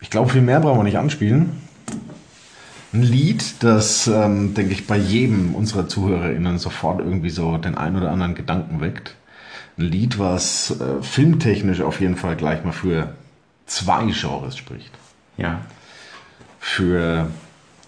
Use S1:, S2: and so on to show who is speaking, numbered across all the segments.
S1: Ich glaube, viel mehr brauchen wir nicht anspielen. Ein Lied, das, ähm, denke ich, bei jedem unserer ZuhörerInnen sofort irgendwie so den ein oder anderen Gedanken weckt. Ein Lied, was äh, filmtechnisch auf jeden Fall gleich mal für zwei Genres spricht.
S2: Ja.
S1: Für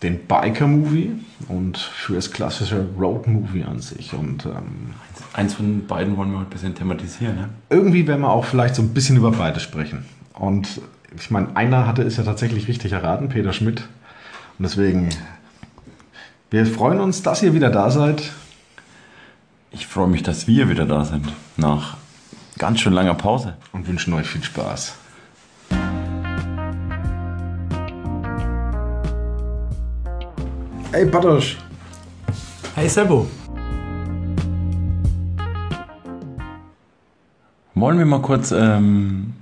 S1: den Biker-Movie und für das klassische Road-Movie an sich. Und ähm,
S2: Eins von beiden wollen wir heute ein bisschen thematisieren, ne?
S1: irgendwie werden wir auch vielleicht so ein bisschen über beides sprechen. Und ich meine, einer hatte es ja tatsächlich richtig erraten, Peter Schmidt. Und deswegen, wir freuen uns, dass ihr wieder da seid.
S2: Ich freue mich, dass wir wieder da sind. Nach ganz schön langer Pause.
S1: und wünschen euch viel Spaß. Hey Bartosch,
S3: Hey Sebo,
S2: Wollen wir mal kurz ähm,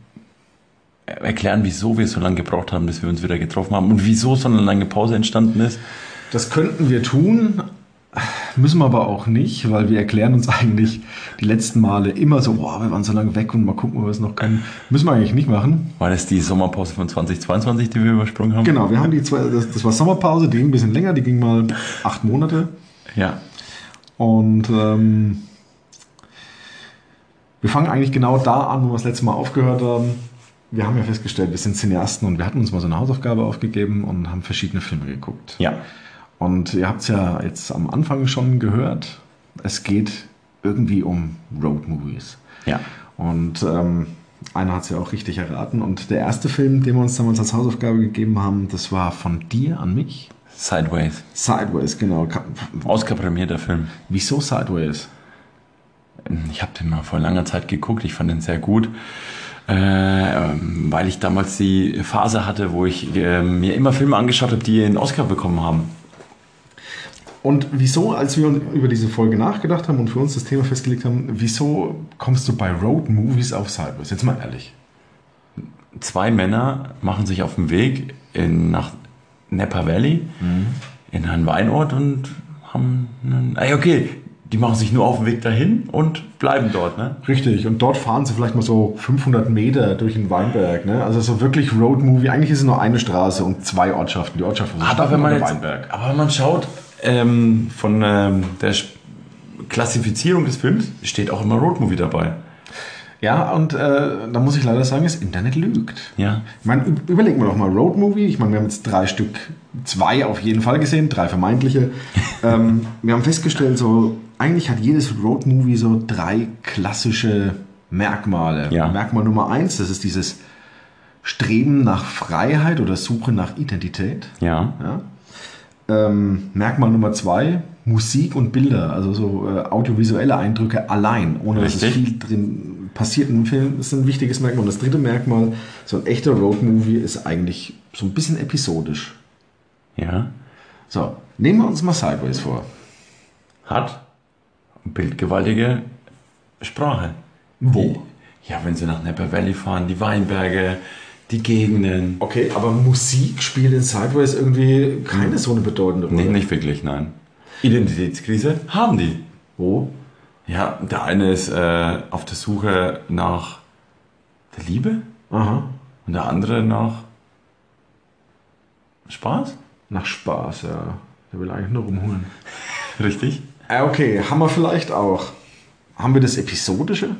S2: erklären, wieso wir so lange gebraucht haben, bis wir uns wieder getroffen haben und wieso so eine lange Pause entstanden ist?
S1: das könnten wir tun, müssen wir aber auch nicht, weil wir erklären uns eigentlich die letzten Male immer so, boah, wir waren so lange weg und mal gucken, ob wir es noch können. Müssen wir eigentlich nicht machen.
S2: War das die Sommerpause von 2022, die wir übersprungen haben?
S1: Genau, wir haben die zwei, das, das war Sommerpause, die ging ein bisschen länger, die ging mal acht Monate.
S2: Ja.
S1: Und ähm, wir fangen eigentlich genau da an, wo wir das letzte Mal aufgehört haben. Wir haben ja festgestellt, wir sind Cineasten und wir hatten uns mal so eine Hausaufgabe aufgegeben und haben verschiedene Filme geguckt.
S2: Ja.
S1: Und ihr habt es ja jetzt am Anfang schon gehört, es geht irgendwie um Road-Movies.
S2: Ja.
S1: Und ähm, einer hat es ja auch richtig erraten. Und der erste Film, den wir uns damals als Hausaufgabe gegeben haben, das war von dir an mich.
S2: Sideways.
S1: Sideways, genau. Ka-
S2: Oscar-prämierter Film.
S1: Wieso Sideways?
S2: Ich habe den mal vor langer Zeit geguckt, ich fand den sehr gut, äh, ähm, weil ich damals die Phase hatte, wo ich äh, mir immer Filme angeschaut habe, die einen Oscar bekommen haben.
S1: Und wieso, als wir über diese Folge nachgedacht haben und für uns das Thema festgelegt haben, wieso kommst du bei Road Movies auf Cyprus? Jetzt mal ehrlich.
S2: Zwei Männer machen sich auf den Weg in, nach Napa Valley in einen Weinort und haben einen, ey, okay, die machen sich nur auf den Weg dahin und bleiben dort, ne?
S1: Richtig, und dort fahren sie vielleicht mal so 500 Meter durch den Weinberg. Ne? Also so wirklich Road Movie. Eigentlich ist es nur eine Straße und zwei Ortschaften. Die Ortschaft ist
S2: Aber wenn man jetzt, aber wenn man schaut, ähm, von ähm, der Sch- Klassifizierung des Films steht auch immer Roadmovie dabei.
S1: Ja, und äh, da muss ich leider sagen, das Internet lügt.
S2: Ja.
S1: Ich meine, üb- überlegen wir doch mal Road Movie. Ich meine, wir haben jetzt drei Stück, zwei auf jeden Fall gesehen, drei vermeintliche. ähm, wir haben festgestellt, so eigentlich hat jedes Road Movie so drei klassische Merkmale.
S2: Ja.
S1: Merkmal Nummer eins, das ist dieses Streben nach Freiheit oder Suche nach Identität.
S2: Ja.
S1: Ja. Ähm, Merkmal Nummer zwei, Musik und Bilder, also so äh, audiovisuelle Eindrücke allein, ohne dass es
S2: Richtig.
S1: viel drin passiert im Film, ist ein wichtiges Merkmal. Und das dritte Merkmal, so ein echter Roadmovie ist eigentlich so ein bisschen episodisch.
S2: Ja.
S1: So, nehmen wir uns mal Sideways vor.
S2: Hat bildgewaltige Sprache.
S1: Wo?
S2: Ja, wenn sie nach Napa Valley fahren, die Weinberge, die Gegenden.
S1: Okay, aber Musik spielt in Sideways irgendwie keine so eine bedeutende Rolle.
S2: Nee, nicht wirklich, nein. Identitätskrise haben die.
S1: Wo?
S2: Ja, der eine ist äh, auf der Suche nach der Liebe
S1: Aha.
S2: und der andere nach Spaß.
S1: Nach Spaß, ja. Der will eigentlich nur rumhungern.
S2: Richtig?
S1: Ah, Okay, haben wir vielleicht auch. Haben wir das Episodische?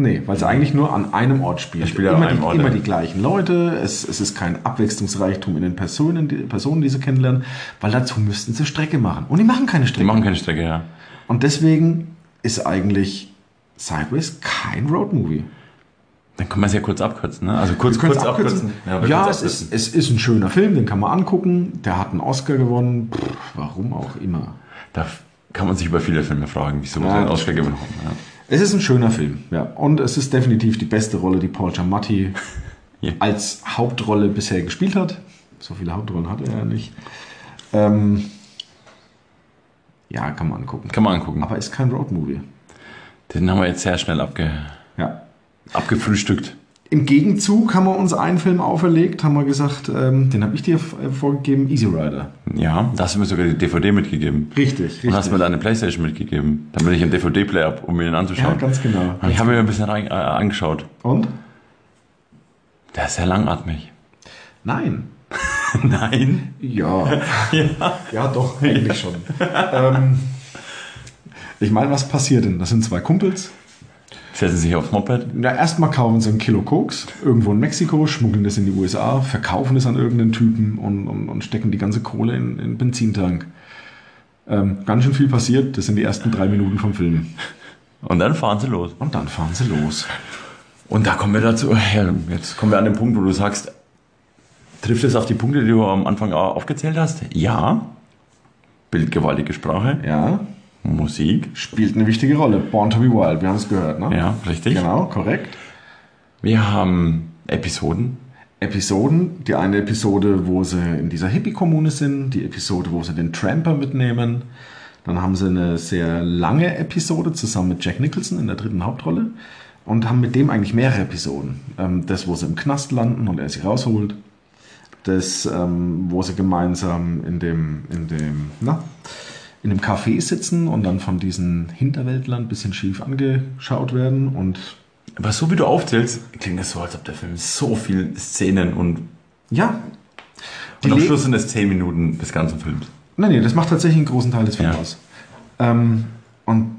S1: Nee, weil es eigentlich nur an einem Ort spielt.
S2: Es spielt ja
S1: immer,
S2: an einem
S1: die,
S2: Ort,
S1: immer
S2: ja.
S1: die gleichen Leute. Es, es ist kein Abwechslungsreichtum in den Personen die, Personen, die sie kennenlernen, weil dazu müssten sie Strecke machen. Und die machen keine
S2: Die
S1: Strecke.
S2: machen keine Strecke, ja.
S1: Und deswegen ist eigentlich Sideways kein Roadmovie.
S2: Dann können wir es ja kurz abkürzen, ne? Also kurz,
S1: Wir können
S2: kurz
S1: es abkürzen.
S2: abkürzen.
S1: Ja,
S2: wir
S1: es,
S2: können's
S1: ist, es ist ein schöner Film, den kann man angucken. Der hat einen Oscar gewonnen. Pff, warum auch immer.
S2: Da f- kann man sich über viele Filme fragen, wieso
S1: Ja,
S2: sie einen
S1: das
S2: Oscar gewonnen ne? haben.
S1: Es ist ein schöner Film, ja. Und es ist definitiv die beste Rolle, die Paul Giamatti
S2: Ja.
S1: als Hauptrolle bisher gespielt hat. So viele Hauptrollen hat er ja nicht. Ähm, ja, kann man angucken.
S2: Ja. Kann man angucken.
S1: Aber ist kein Roadmovie.
S2: Den haben wir jetzt sehr schnell abge
S1: Ja.
S2: abgefrühstückt.
S1: Im Gegenzug haben wir uns einen Film auferlegt, haben wir gesagt, ähm, den habe ich dir äh, vorgegeben, Easy Rider.
S2: Ja, da hast du mir sogar die DVD mitgegeben.
S1: Richtig, richtig.
S2: Und hast mir deine Playstation mitgegeben. Dann bin ich im DVD-Player ab, um mir den
S1: ja,
S2: anzuschauen.
S1: ganz genau.
S2: ich habe mir ein bisschen rein, äh, angeschaut.
S1: Und?
S2: Das ist ja langatmig.
S1: Nein.
S2: Nein.
S1: Ja. ja. doch, eigentlich schon. ähm, ich meine, was passiert denn? Das sind zwei Kumpels.
S2: Setzen Sie sich aufs Moped.
S1: Na, erstmal kaufen sie ein Kilo Koks irgendwo in Mexiko, schmuggeln das in die USA, verkaufen es an irgendeinen Typen und, und, und stecken die ganze Kohle in, in den Benzintank. Ähm, ganz schön viel passiert. Das sind die ersten drei Minuten vom Film.
S2: Und dann fahren sie los.
S1: Und dann fahren sie los.
S2: Und da kommen wir dazu. Ja, Jetzt kommen wir an den Punkt, wo du sagst, trifft es auf die Punkte, die du am Anfang au- aufgezählt hast? Ja. Bildgewaltige Sprache.
S1: Ja.
S2: Musik.
S1: Spielt eine wichtige Rolle. Born to be Wild, wir haben es gehört, ne?
S2: Ja, richtig.
S1: Genau, korrekt.
S2: Wir haben Episoden.
S1: Episoden. Die eine Episode, wo sie in dieser Hippie-Kommune sind, die Episode, wo sie den Tramper mitnehmen. Dann haben sie eine sehr lange Episode zusammen mit Jack Nicholson in der dritten Hauptrolle und haben mit dem eigentlich mehrere Episoden. Ähm, das, wo sie im Knast landen und er sie rausholt. Das, ähm, wo sie gemeinsam in dem, in dem, na, in dem Café sitzen und dann von diesen Hinterwäldlern ein bisschen schief angeschaut werden und
S2: Aber so wie du aufzählst, klingt es so, als ob der Film so viele Szenen und,
S1: ja.
S2: und am
S1: le-
S2: Schluss sind es 10 Minuten des ganzen Films.
S1: Nein, nee, das macht tatsächlich einen großen Teil des Films
S2: Ja.
S1: aus. Ähm, und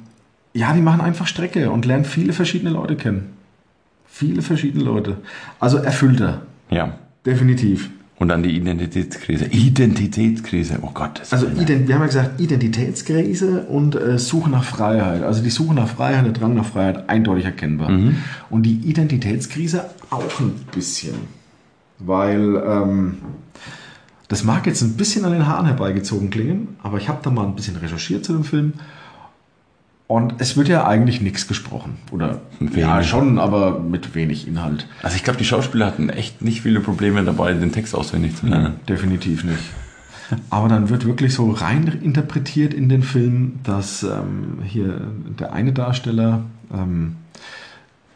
S1: ja, die machen einfach Strecke und lernen viele verschiedene Leute kennen. Viele verschiedene Leute. Also erfüllter,
S2: Ja.
S1: definitiv.
S2: Und dann die Identitätskrise. Identitätskrise. Oh Gott. Das
S1: Also ident wir haben ja gesagt, Identitätskrise und äh, Suche nach Freiheit. Also die Suche nach Freiheit, der Drang nach Freiheit, eindeutig erkennbar. Und die Identitätskrise auch ein bisschen. Weil ähm, das mag jetzt ein bisschen an den Haaren herbeigezogen klingen, aber ich habe da mal ein bisschen recherchiert zu dem Film. Und es wird ja eigentlich nichts gesprochen. Oder
S2: Wenig.
S1: ja, schon, aber mit wenig Inhalt.
S2: also ich glaube, die Schauspieler hatten echt nicht viele Probleme dabei, den Text auswendig zu lernen.
S1: Definitiv nicht. Aber dann wird wirklich so rein interpretiert in den Film, dass ähm, hier der eine Darsteller ähm,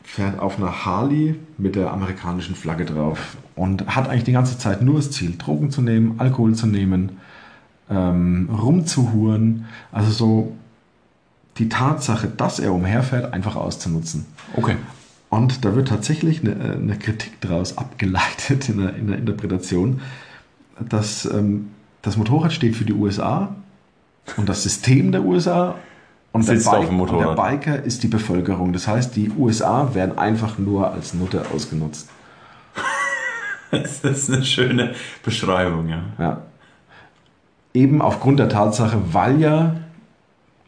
S1: fährt auf einer Harley mit der amerikanischen Flagge drauf und hat eigentlich die ganze Zeit nur das Ziel, Drogen zu nehmen, Alkohol zu nehmen, ähm, rumzuhuren. Also so die Tatsache, dass er umherfährt, einfach auszunutzen.
S2: Okay.
S1: Und da wird tatsächlich eine, äh, eine Kritik daraus abgeleitet in der, in der Interpretation, dass ähm, das Motorrad steht für die USA und das System der USA und,
S2: Sitzt auf dem
S1: und der
S2: Motorrad.
S1: Biker ist die Bevölkerung. Das heißt, die USA werden einfach nur als Nutte ausgenutzt.
S2: Das ist eine schöne Beschreibung, ja.
S1: Ja. Eben aufgrund der Tatsache, weil ja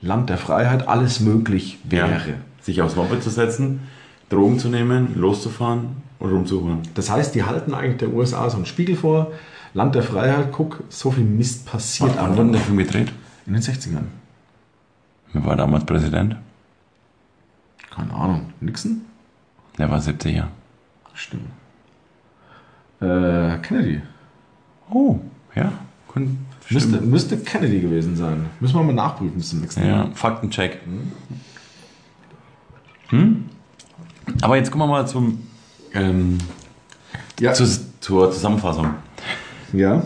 S1: Land der Freiheit alles möglich wäre.
S2: Sich aufs Moped zu setzen, Drogen zu nehmen, loszufahren und rumzuholen.
S1: Das heißt, die halten eigentlich der USA so einen Spiegel vor. Land der Freiheit, guck, so viel Mist passiert
S2: Wann wurde denn der Film gedreht?
S1: In den 60ern.
S2: Wer war damals Präsident?
S1: Keine Ahnung. Nixon?
S2: Der war 70er.
S1: Stimmt. Äh, Kennedy.
S2: Oh, ja. Kun-
S1: Müsste,
S2: Stimmt.
S1: müsste Kennedy gewesen sein. Müssen wir mal nachprüfen bis zum nächsten Mal.
S2: Ja, Faktencheck. Hm? Aber jetzt kommen wir mal zum, ähm,
S1: Ja.
S2: zu, zur Zusammenfassung.
S1: ja.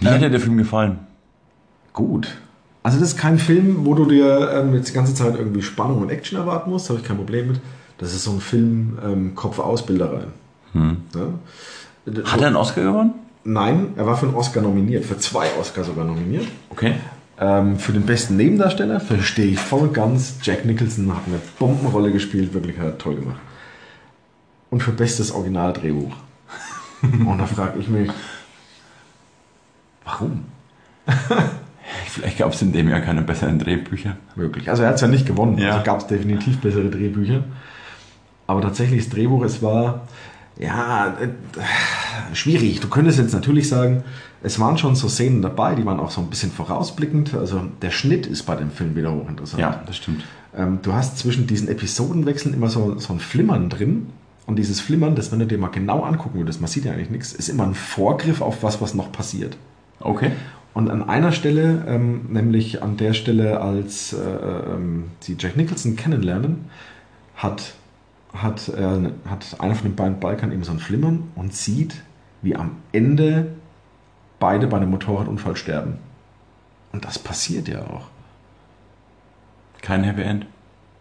S2: Wie hat dir der Film gefallen?
S1: Gut. Also das ist kein Film, wo du dir ähm, jetzt die ganze Zeit irgendwie Spannung und Action erwarten musst. Habe ich kein Problem mit. Das ist so ein Film ähm, Kopf aus, Bilder rein. Ja?
S2: Hm. Hat er einen Oscar gewonnen?
S1: Nein, er war für einen Oscar nominiert. Für zwei Oscar sogar nominiert.
S2: Okay.
S1: Ähm, für den besten Nebendarsteller verstehe ich voll und ganz. Jack Nicholson hat eine Bombenrolle gespielt, wirklich hat er toll gemacht. Und für bestes Originaldrehbuch. und da frage ich mich, warum?
S2: Vielleicht gab es in dem Jahr keine besseren Drehbücher.
S1: Möglich. Also er hat es ja nicht gewonnen,
S2: Ja.
S1: also gab es definitiv bessere Drehbücher. Aber tatsächlich, das Drehbuch, es war, ja, äh, schwierig. Du könntest jetzt natürlich sagen, es waren schon so Szenen dabei, die waren auch so ein bisschen vorausblickend. Also der Schnitt ist bei dem Film wieder hochinteressant.
S2: das stimmt.
S1: Ähm, du hast zwischen diesen Episodenwechseln immer so, so ein Flimmern drin. Und dieses Flimmern, das, wenn du dir mal genau angucken würdest, man sieht ja eigentlich nichts, ist immer ein Vorgriff auf was, was noch passiert.
S2: Okay.
S1: Und an einer Stelle, ähm, nämlich an der Stelle, als äh, ähm, sie Jack Nicholson kennenlernen, hat, hat, äh, hat einer von den beiden Balkern eben so ein Flimmern und sieht, wie am Ende beide bei einem Motorradunfall sterben. Und das passiert ja auch.
S2: Kein Happy End.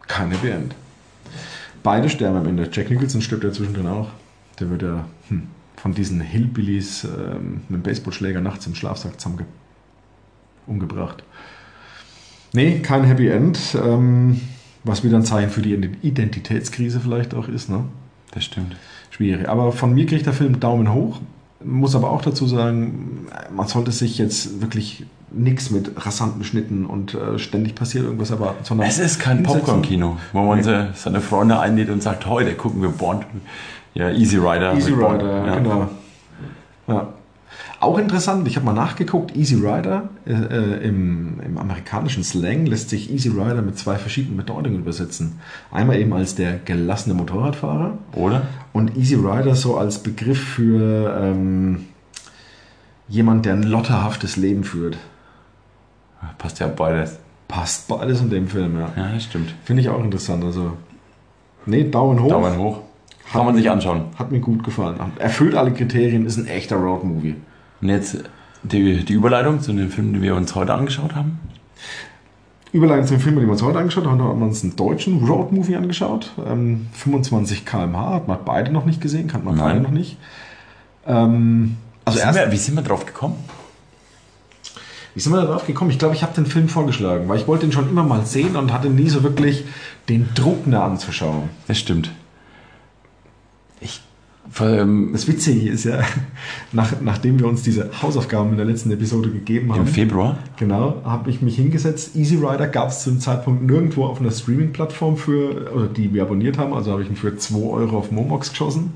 S1: Keine Band. Beide sterben am Ende. Jack Nicholson stirbt ja zwischendrin auch. Der wird ja hm, von diesen Hillbillies ähm, mit dem Baseballschläger nachts im Schlafsack zusammen umgebracht. Nee, kein Happy End. Ähm, was wieder ein Zeichen für die Identitätskrise vielleicht auch ist. Ne?
S2: Das stimmt.
S1: Schwierig. Aber von mir kriegt der Film Daumen hoch. Muss aber auch dazu sagen, man sollte sich jetzt wirklich nichts mit rasanten Schnitten und äh, ständig passiert irgendwas erwarten, sondern
S2: Es ist kein
S1: hinsetzen.
S2: Popcorn-Kino, wo man se- seine Freunde einlädt und sagt, heute gucken wir Bond. Ja, Easy Rider.
S1: Easy
S2: mit Bond.
S1: Rider, genau. Ja. Auch interessant, ich habe mal nachgeguckt, Easy Rider äh, äh, im, im amerikanischen Slang lässt sich Easy Rider mit zwei verschiedenen Bedeutungen übersetzen. Einmal eben als der gelassene Motorradfahrer
S2: Oder?
S1: und Easy Rider so als Begriff für ähm, jemand, der ein lotterhaftes Leben führt.
S2: Passt ja beides.
S1: Passt beides in dem Film, ja.
S2: Ja, das stimmt.
S1: Finde ich auch interessant. Also, nee, Daumen hoch.
S2: Daumen hoch.
S1: Hat
S2: Kann man sich
S1: mir-
S2: anschauen.
S1: Hat mir gut gefallen. Erfüllt alle Kriterien, ist ein echter Road-Movie.
S2: Und jetzt die, die Überleitung zu den Filmen, die wir uns heute angeschaut haben.
S1: Überleitung zum Film, den wir uns heute angeschaut haben, haben wir uns einen deutschen Road-Movie angeschaut. Ähm, 25 km/h, hat man beide noch nicht gesehen, kannte man beide
S2: Nein.
S1: noch nicht. Ähm, also
S2: wie,
S1: erst,
S2: sind wir, wie sind wir drauf gekommen?
S1: wie sind wir da drauf gekommen? Ich glaube, ich habe den Film vorgeschlagen, weil ich wollte ihn schon immer mal sehen und hatte nie so wirklich den Druck, mir anzuschauen.
S2: Das stimmt. Ich. Ähm,
S1: Das Witzige ist ja, nach, nachdem wir uns diese Hausaufgaben in der letzten Episode gegeben
S2: Im
S1: haben,
S2: Februar?
S1: Genau, habe ich mich hingesetzt. Easy Rider gab es zu dem Zeitpunkt nirgendwo auf einer Streaming-Plattform für, oder die wir abonniert haben. Also habe ich ihn für 2 Euro auf Momox geschossen.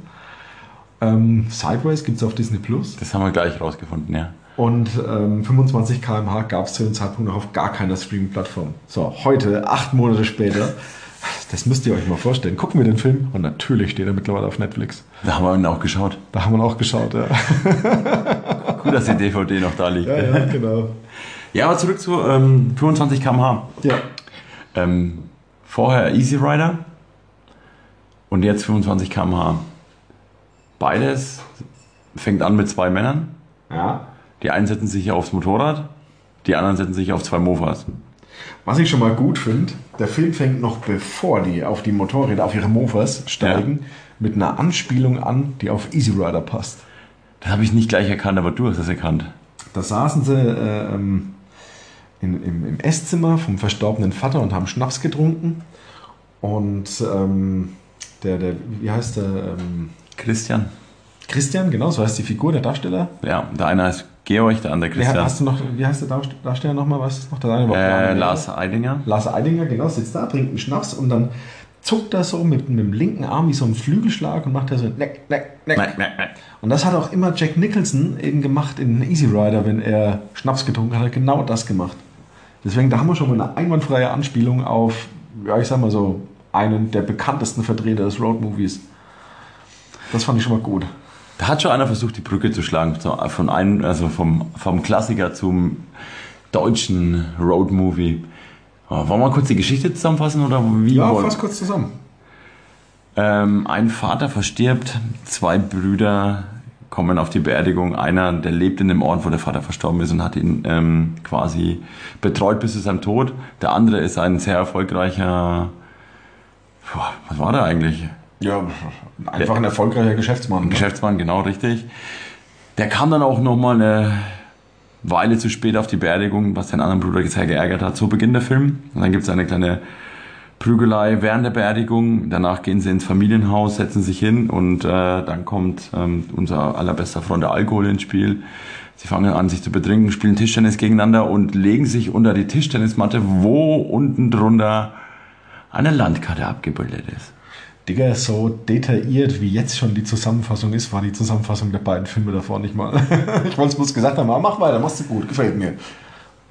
S1: Ähm, Sideways gibt es auf Disney Plus.
S2: Das haben wir gleich rausgefunden, ja.
S1: Und ähm, 25 km/h gab es zu dem Zeitpunkt noch auf gar keiner Streaming-Plattform. So, heute, acht Monate später, das müsst ihr euch mal vorstellen. Gucken wir den Film und natürlich steht er mittlerweile auf Netflix.
S2: Da haben wir ihn auch geschaut.
S1: Da haben wir auch geschaut, ja.
S2: Gut, dass die DVD noch da liegt.
S1: Ja, ja, genau.
S2: Ja, aber zurück zu ähm, 25 km/h.
S1: Ja,
S2: Ähm, vorher Easy Rider und jetzt 25 km/h. Beides fängt an mit zwei Männern.
S1: ja.
S2: Die einen setzen sich aufs Motorrad, die anderen setzen sich auf zwei Mofas.
S1: Was ich schon mal gut finde, der Film fängt noch bevor die auf die Motorräder, auf ihre Mofas steigen, mit einer Anspielung an, die auf Easy Rider passt.
S2: Das habe ich nicht gleich erkannt, aber du hast es erkannt.
S1: Da saßen sie äh, ähm, in, im, im Esszimmer vom verstorbenen Vater und haben Schnaps getrunken. Und ähm, der, der, wie heißt der? Ähm,
S2: Christian.
S1: Christian, genau, so heißt die Figur, der Darsteller.
S2: Ja, der eine heißt Georg, der andere
S1: Wer,
S2: Christian.
S1: hast du noch, wie heißt der Darst- Darsteller nochmal? Was ist noch der eine?
S2: äh, Lars Eidinger.
S1: Lars Eidinger, genau, sitzt da, trinkt einen Schnaps und dann zuckt er so mit, mit dem linken Arm wie so einen Flügelschlag und macht er so neck, neck, neck.
S2: Nein, nein, nein.
S1: Und das hat auch immer Jack Nicholson eben gemacht in Easy Rider, wenn er Schnaps getrunken hat, hat er genau das gemacht. Deswegen, da haben wir schon mal eine einwandfreie Anspielung auf, ja, ich sag mal so, einen der bekanntesten Vertreter des Road-Movies. Das fand ich schon mal gut.
S2: Da hat schon einer versucht, die Brücke zu schlagen zu- von einem, also vom, vom Klassiker zum deutschen Roadmovie. Aber Wollen wir kurz die Geschichte zusammenfassen oder wie wollen?
S1: kurz zusammen.
S2: Ähm, ein Vater verstirbt, zwei Brüder kommen auf die Beerdigung. Einer, der lebt in dem Ort, wo der Vater verstorben ist und hat ihn ähm, quasi betreut bis zu seinem Tod. Der andere ist ein sehr erfolgreicher. Boah, was war der eigentlich?
S1: Ja, einfach ein erfolgreicher Geschäftsmann.
S2: Geschäftsmann, genau richtig. Der kam dann auch nochmal eine Weile zu spät auf die Beerdigung, was den anderen Bruder sehr geärgert hat. So beginnt der Film. Und dann gibt es eine kleine Prügelei während der Beerdigung. Danach gehen sie ins Familienhaus, setzen sich hin und äh, dann kommt ähm, unser allerbester Freund der Alkohol ins Spiel. Sie fangen an, sich zu betrinken, spielen Tischtennis gegeneinander und legen sich unter die Tischtennismatte, wo unten drunter eine Landkarte abgebildet ist.
S1: Digga, so detailliert wie jetzt schon die Zusammenfassung ist, war die Zusammenfassung der beiden Filme davor nicht mal. ich wollte es bloß gesagt haben, aber mach weiter, machst du gut, gefällt mir.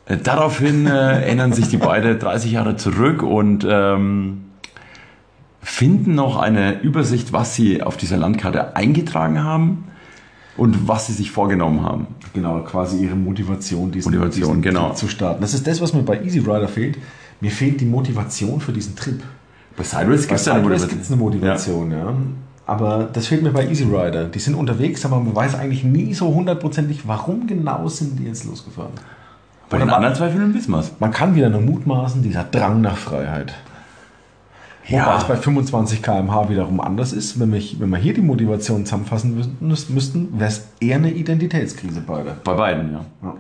S2: Äh, Daraufhin äh, ändern sich die beiden 30 Jahre zurück und ähm, finden noch eine Übersicht, was sie auf dieser Landkarte eingetragen haben und was sie sich vorgenommen haben.
S1: Genau, quasi ihre Motivation, diesen, diesen
S2: Motivation, genau.
S1: Trip zu starten. Das ist das, was mir bei Easy Rider fehlt. Mir fehlt die Motivation für diesen Trip.
S2: Bei Sideways
S1: Bei
S2: gibt es eine
S1: Sideways
S2: Motivation.
S1: gibt es eine Motivation, ja. Aber das fehlt mir bei Easy Rider. Die sind unterwegs, aber man weiß eigentlich nie so hundertprozentig, warum genau sind die jetzt losgefahren.
S2: Ja. Bei den
S1: Oder
S2: anderen zwei Filmen wissen wir
S1: Man kann wieder nur mutmaßen, dieser Drang nach Freiheit.
S2: Ja.
S1: Wobei es bei 25 km/h wiederum anders ist. Wenn, mich, wenn wir hier die Motivation zusammenfassen müssten, müssten wäre es eher eine Identitätskrise beide.
S2: Bei beiden, ja.
S1: Ja.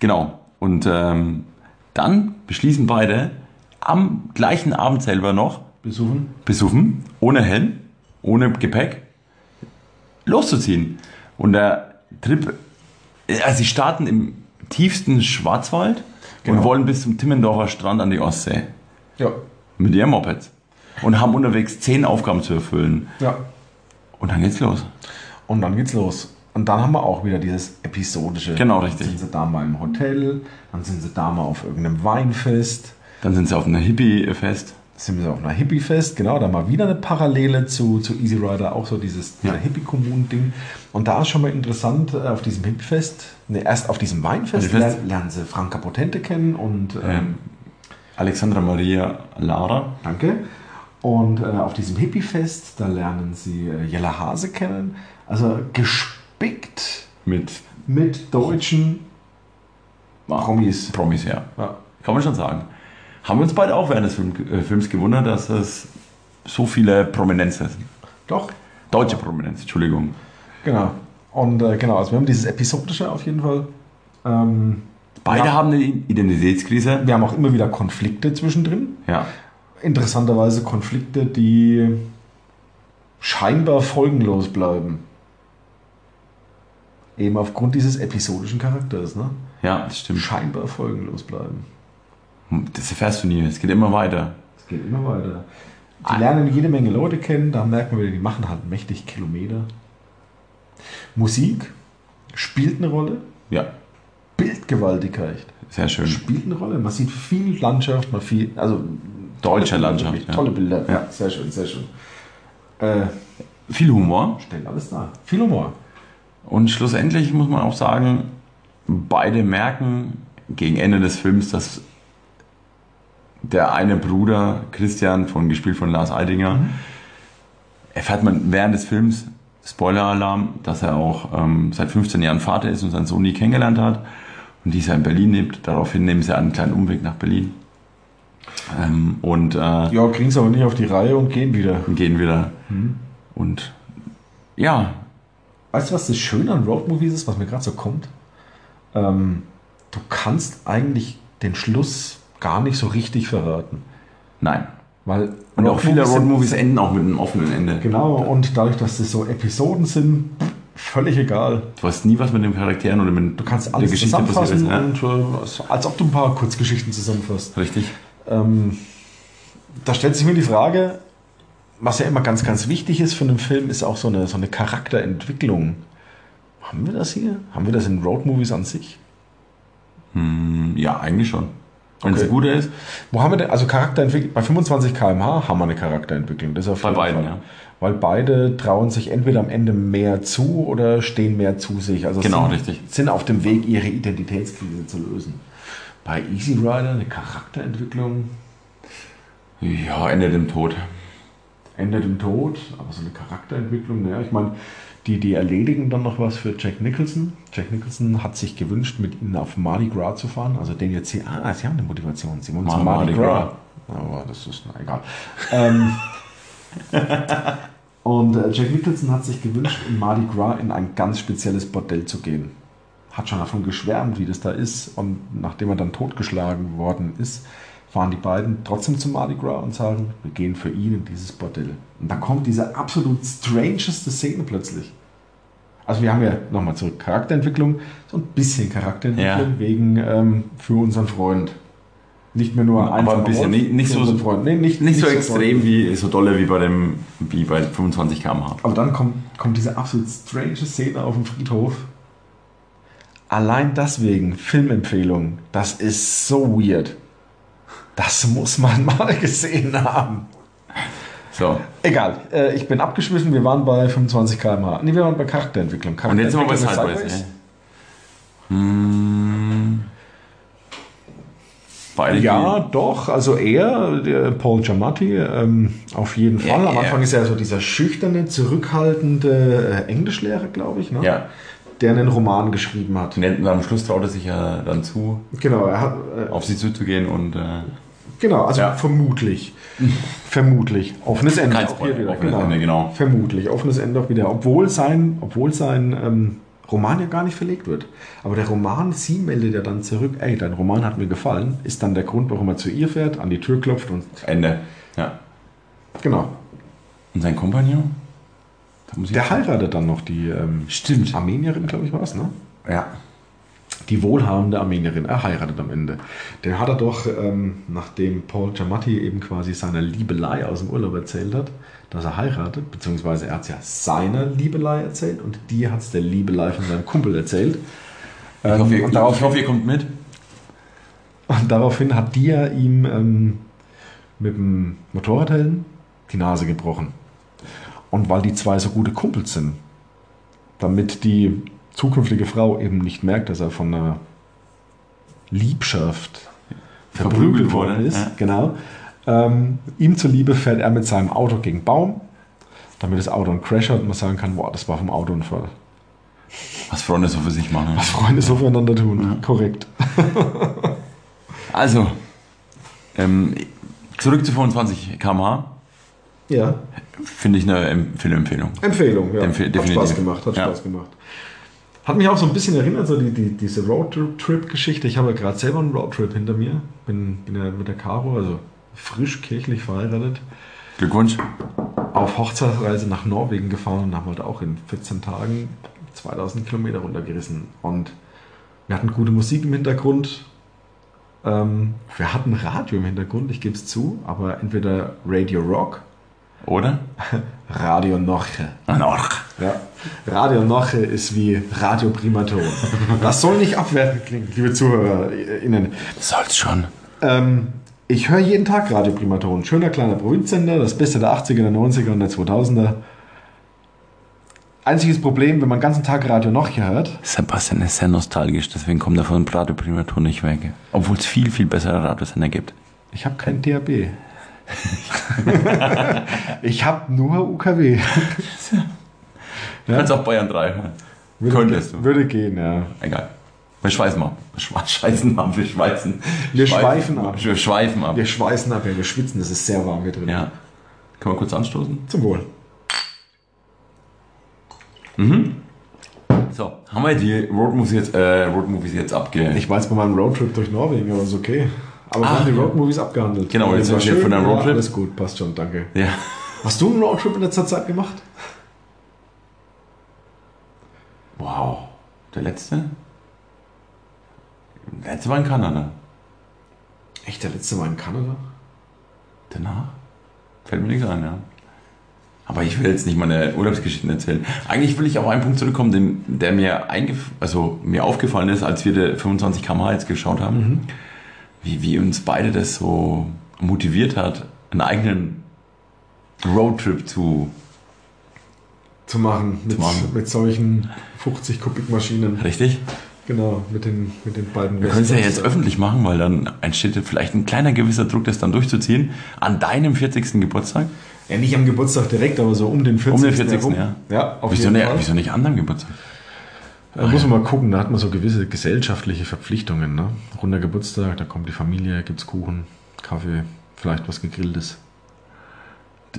S2: Genau. Und ähm, dann beschließen beide am gleichen Abend selber noch,
S1: Besuchen?
S2: besoffen, ohne Helm, ohne Gepäck, loszuziehen. Und der Trip, also sie starten im tiefsten Schwarzwald und
S1: Genau.
S2: wollen bis zum Timmendorfer Strand an die Ostsee
S1: Ja.
S2: mit ihrem Moped und haben unterwegs zehn Aufgaben zu erfüllen.
S1: ja.
S2: Und dann geht's los.
S1: Und dann geht's los. Und dann haben wir auch wieder dieses episodische.
S2: Genau, richtig.
S1: Dann sind sie da mal im Hotel, dann sind sie da mal auf irgendeinem Weinfest,
S2: Dann sind sie auf einer Hippie-Fest.
S1: sind sie auf einer Hippie-Fest, genau, da mal wieder eine Parallele zu, zu Easy Rider, auch so dieses dieser
S2: Ja.
S1: Hippie-Kommun-Ding. Und da ist schon mal interessant, äh, auf diesem Hippie-Fest, ne, erst auf diesem Weinfest
S2: Also Fest-
S1: ler- lernen sie Franka Potente kennen und ähm,
S2: Ähm, Alexandra Maria Lara.
S1: Danke. Und äh, auf diesem Hippie-Fest, da lernen sie äh, Jella Hase kennen. Also gespickt
S2: mit
S1: mit deutschen Promis.
S2: Promis, ja.
S1: Ja.
S2: Kann man schon sagen. Haben wir uns beide auch während des Film, äh, Films gewundert, dass es so viele Prominenz ist.
S1: Doch,
S2: Deutsche Prominenz, Entschuldigung.
S1: genau. Und äh, genau, also wir haben dieses Episodische auf jeden Fall. Ähm,
S2: Beide
S1: Ja.
S2: haben eine Identitätskrise.
S1: wir haben auch immer wieder Konflikte zwischendrin.
S2: Ja.
S1: Interessanterweise Konflikte, die scheinbar folgenlos bleiben. Eben aufgrund dieses episodischen Charakters, ne?
S2: Ja, das stimmt.
S1: Scheinbar folgenlos bleiben.
S2: Das erfährst du nie. Es geht immer weiter.
S1: Es geht immer weiter. Die lernen jede Menge Leute kennen, da merkt man wieder, die machen halt mächtig Kilometer. Musik spielt eine Rolle,
S2: Ja,
S1: Bildgewaltigkeit.
S2: sehr schön.
S1: spielt eine Rolle. Man sieht viel Landschaft, man viel, also wirklich
S2: Deutsche Landschaft. Ja.
S1: Tolle Bilder.
S2: Ja.
S1: Sehr schön, sehr schön. Äh,
S2: Viel Humor.
S1: stellt alles da. Viel Humor.
S2: Und schlussendlich muss man auch sagen, beide merken gegen Ende des Films, dass der eine Bruder, Christian, von gespielt von Lars Eidinger, erfährt man während des Films, Spoiler-Alarm, dass er auch ähm, seit 15 Jahren Vater ist und seinen Sohn nie kennengelernt hat. Und die ist er in Berlin nimmt. Daraufhin nehmen sie einen kleinen Umweg nach Berlin. Ähm, und äh,
S1: Ja, kriegen es aber nicht auf die Reihe und gehen wieder.
S2: und gehen wieder. Und ja,
S1: Weißt du, was das Schöne an Roadmovies ist, was mir gerade so kommt? Ähm, du kannst eigentlich den Schluss gar nicht so richtig verraten.
S2: nein.
S1: Weil
S2: Und auch viele
S1: Roadmovies sind-
S2: Roadmovies enden auch mit einem offenen Ende.
S1: Genau, und dadurch, dass das so Episoden sind, völlig egal.
S2: Du weißt nie, was mit den Charakteren oder mit
S1: Du kannst alles
S2: passiert
S1: zusammenfassen
S2: ist. Ne?
S1: und äh, als ob du ein paar Kurzgeschichten zusammenfasst.
S2: Richtig.
S1: Ähm, da stellt sich mir die Frage, was ja immer ganz, ganz wichtig ist für einen Film, ist auch so eine, so eine Charakterentwicklung. Haben wir das hier? Haben wir das in Roadmovies an sich?
S2: Hm, ja, eigentlich schon. Wenn es
S1: Okay.
S2: ein guter ist,
S1: Wo haben wir denn, also Charakterentwicklung, bei 25 km/h haben wir eine Charakterentwicklung. Das ist auf
S2: Bei
S1: jeden
S2: beiden,
S1: Fall.
S2: ja.
S1: Weil beide trauen sich entweder am Ende mehr zu oder stehen mehr zu sich. Also
S2: Genau,
S1: sind,
S2: richtig.
S1: sind auf dem Weg, ihre Identitätskrise zu lösen. Bei Easy Rider eine Charakterentwicklung,
S2: ja, endet im Tod.
S1: endet im Tod, aber so eine Charakterentwicklung, naja, ich meine, die, die erledigen dann noch was für Jack Nicholson. Jack Nicholson hat sich gewünscht, mit ihnen auf Mardi Gras zu fahren, also den jetzt hier, ah, sie haben eine Motivation, sie wollen zum
S2: Machen
S1: Mardi,
S2: Mardi
S1: Gras. Aber das ist, na egal. ähm, und äh, Jack Nicholson hat sich gewünscht, in Mardi Gras in ein ganz spezielles Bordell zu gehen. Hat schon davon geschwärmt, wie das da ist. Und nachdem er dann totgeschlagen worden ist, fahren die beiden trotzdem zum Mardi Gras und sagen, wir gehen für ihn in dieses Bordell. Und dann kommt diese absolut strangeste Szene plötzlich. Also wir haben ja nochmal zurück Charakterentwicklung, so ein bisschen Charakterentwicklung
S2: Ja.
S1: wegen ähm, für unseren Freund. Nicht mehr nur
S2: Aber
S1: einfach
S2: ein bisschen,
S1: Ort,
S2: nicht- nicht
S1: für
S2: so-
S1: unseren Freund. Nee, nicht,
S2: Nicht so
S1: Freund.
S2: extrem wie so dolle wie bei dem wie bei 25 km/h.
S1: Aber dann kommt, kommt diese absolut strange Szene auf dem Friedhof. Allein deswegen, Filmempfehlung, das ist so weird. Das muss man mal gesehen haben.
S2: So.
S1: Egal, äh, ich bin abgeschwiffen, wir waren bei 25 km/h. Nee, wir waren bei Charakterentwicklung.
S2: Und jetzt sind wir bei
S1: Charakterentwicklung
S2: Sideways. ne? ey. Hm. Beide
S1: Ja, doch, also er, der Paul Giamatti, ähm, auf jeden
S2: Ja,
S1: Fall. Am
S2: ja.
S1: Anfang ist er so dieser schüchterne, zurückhaltende äh, Englischlehrer, glaube ich, ne?
S2: gehen. Ja.
S1: der einen Roman geschrieben hat.
S2: Und am Schluss traut er sich ja dann zu,
S1: Genau, er hat, äh,
S2: auf sie zuzugehen und äh,
S1: Genau, also
S2: Ja.
S1: vermutlich. vermutlich. Offenes Ende.
S2: Kein
S1: auch
S2: Spoiler,
S1: hier wieder,
S2: offenes Ende, genau.
S1: Vermutlich. Offenes Ende auch wieder. Obwohl sein, obwohl sein ähm, Roman ja gar nicht verlegt wird. Aber der Roman, sie meldet ja dann zurück, ey, dein Roman hat mir gefallen, ist dann der Grund, warum er zu ihr fährt, an die Tür klopft und
S2: Ende. Ja.
S1: genau.
S2: Und sein Kompagnon? Da muss ich-
S1: Der heiratet dann noch die ähm,
S2: Stimmt.
S1: Armenierin, glaube ich, war es, ne?
S2: Ja.
S1: die wohlhabende Armenierin. Er heiratet am Ende. Den hat er doch, ähm, nachdem Paul Giamatti eben quasi seiner Liebelei aus dem Urlaub erzählt hat, dass er heiratet, beziehungsweise er hat es ja seiner Liebelei erzählt und die hat es der Liebelei von seinem Kumpel erzählt.
S2: Ich hoffe, ihr,
S1: und,
S2: ich
S1: darauf,
S2: hoffe, ihr kommt mit.
S1: und daraufhin hat die ja ihm ähm, mit dem Motorradhelm die Nase gebrochen. Und weil die zwei so gute Kumpels sind, damit die zukünftige Frau eben nicht merkt, dass er von einer Liebschaft verprügelt
S2: Verprügelt
S1: worden
S2: wurde,
S1: ist,
S2: ja.
S1: genau. Ähm, ihm zuliebe fährt er mit seinem Auto gegen einen Baum, damit das Auto einen Crash hat und man sagen kann, boah, das war vom Autounfall.
S2: Was Freunde so für sich machen.
S1: Was Freunde so füreinander tun, korrekt.
S2: Also, ähm, zurück zu 25 km/h.
S1: Ja,
S2: Finde ich eine Em- Filmempfehlung.
S1: Empfehlung, ja.
S2: Empfehl-
S1: hat
S2: definitiv.
S1: Spaß gemacht, hat
S2: Ja.
S1: Spaß gemacht. Hat mich auch so ein bisschen erinnert, so die, die, diese Roadtrip-Geschichte. Ich habe ja gerade selber einen Roadtrip hinter mir. Bin, bin ja mit der Caro, also frisch kirchlich verheiratet,
S2: Glückwunsch.
S1: auf Hochzeitsreise nach Norwegen gefahren und haben halt auch in 14 Tagen 2000 Kilometer runtergerissen. Und wir hatten gute Musik im Hintergrund. Ähm, wir hatten Radio im Hintergrund, ich gebe es zu, aber entweder Radio Rock,
S2: Oder?
S1: Radio Norche.
S2: Ein Orch.
S1: Ja. Radio Noche ist wie Radio Primaton. Das soll nicht abwertend klingen, liebe ZuhörerInnen.
S2: Soll's schon.
S1: Ähm, ich höre jeden Tag Radio Primaton. Schöner kleiner Provinzsender, das Beste der 80er, der 90er und der 2000er. Einziges Problem, wenn man den ganzen Tag Radio Noche hört.
S2: Sebastian ist sehr nostalgisch, deswegen kommt er von Radio Primatur nicht weg. Obwohl es viel, viel bessere Radiosender gibt.
S1: Ich habe kein DAB. ich habe nur UKW.
S2: Du kannst auch Bayern 3 hören. Könntest du.
S1: Würde gehen, ja.
S2: Egal. Wir schweifen ab. Wir schwe- scheißen ab. Wir schweißen.
S1: Wir schweifen ab.
S2: Wir schweifen ab.
S1: Wir schweißen ab, ja, wir schwitzen, es ist sehr warm hier drin.
S2: Ja. Können wir kurz anstoßen?
S1: Zum Wohl.
S2: So, haben wir die Road Movies jetzt, äh, Road Movies jetzt abge...
S1: Ich war jetzt bei meinem Roadtrip durch Norwegen, aber ist okay. Aber wir
S2: Ah,
S1: haben die
S2: ja.
S1: Roadmovies abgehandelt.
S2: Genau,
S1: Und
S2: jetzt
S1: war
S2: sind wir
S1: schön,
S2: von einem
S1: ja,
S2: Roadtrip.
S1: Alles gut, passt schon, danke.
S2: ja.
S1: Hast du einen Roadtrip in letzter Zeit gemacht?
S2: Wow. Der letzte? Der letzte war in Kanada.
S1: Echt, der letzte Mal in Kanada?
S2: Danach? Fällt mir nichts ein, ja. Aber ich will jetzt nicht meine Urlaubsgeschichten erzählen. Eigentlich will ich auf einen Punkt zurückkommen, den, der mir, eingef also mir aufgefallen ist, als wir die 25 km jetzt geschaut haben. Wie, wie uns beide das so motiviert hat, einen eigenen Roadtrip zu.
S1: Zu machen. Mit,
S2: machen.
S1: mit solchen 50 Kubik Maschinen.
S2: Richtig?
S1: Genau, mit den, mit den beiden
S2: Wir können es ja jetzt
S1: öffnen.
S2: öffentlich machen, weil dann entsteht vielleicht ein kleiner gewisser Druck, das dann durchzuziehen. An deinem 40. Geburtstag.
S1: Ja, nicht am Geburtstag direkt, aber so um den 40.
S2: Um den 40.
S1: herum.
S2: ja.
S1: Ja, auf
S2: wieso,
S1: jeden
S2: ne,
S1: Fall.
S2: wieso nicht an deinem Geburtstag?
S1: Da muss man mal gucken, da hat man so gewisse gesellschaftliche Verpflichtungen. Ne? Runder Geburtstag, da kommt die Familie, gibt's Kuchen, Kaffee, vielleicht was Gegrilltes.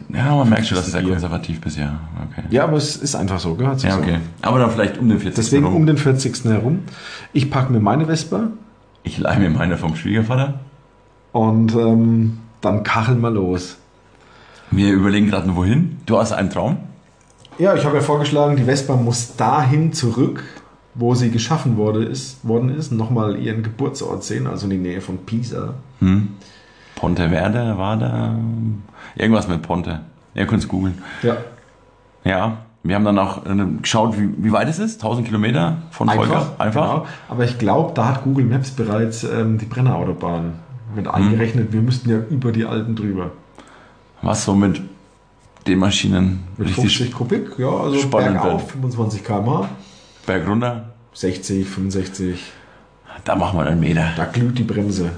S2: Ja, man merkt schon, dass
S1: Das
S2: es sehr
S1: Bier.
S2: konservativ bist, ja. Okay.
S1: Ja, aber es ist einfach so, gehört sich
S2: Ja,
S1: so.
S2: okay. Aber dann vielleicht um den 40.
S1: Deswegen
S2: rum.
S1: um den 40. herum. Ich packe mir meine Vespa
S2: Ich leih mir meine vom Schwiegervater.
S1: und ähm, dann kacheln wir los.
S2: Wir überlegen gerade nur wohin. Du hast einen Traum.
S1: Ja, ich habe ja vorgeschlagen, die Vespa muss dahin zurück, wo sie geschaffen wurde, ist, worden ist. Nochmal ihren Geburtsort sehen, also in die Nähe von Pisa.
S2: Hm. Ponte Verde war da. Irgendwas mit Ponte. Ihr könnt es googeln.
S1: Ja,
S2: Ja, wir haben dann auch äh, geschaut, wie, wie weit es ist. 1000 Kilometer von Volker.
S1: einfach.
S2: Einfach.
S1: Genau. Aber ich glaube, da hat Google Maps bereits ähm, die Brennerautobahn
S2: Mhm.
S1: mit eingerechnet. Wir müssten ja über die Alpen drüber.
S2: Was so mit den Maschinen
S1: Mit
S2: richtig
S1: 50 Kubik, ja, also
S2: spannend
S1: bergauf,
S2: wird.
S1: 25 km/h,
S2: bergrunter.
S1: 60, 65.
S2: Da machen wir einen Meter.
S1: Da glüht die Bremse.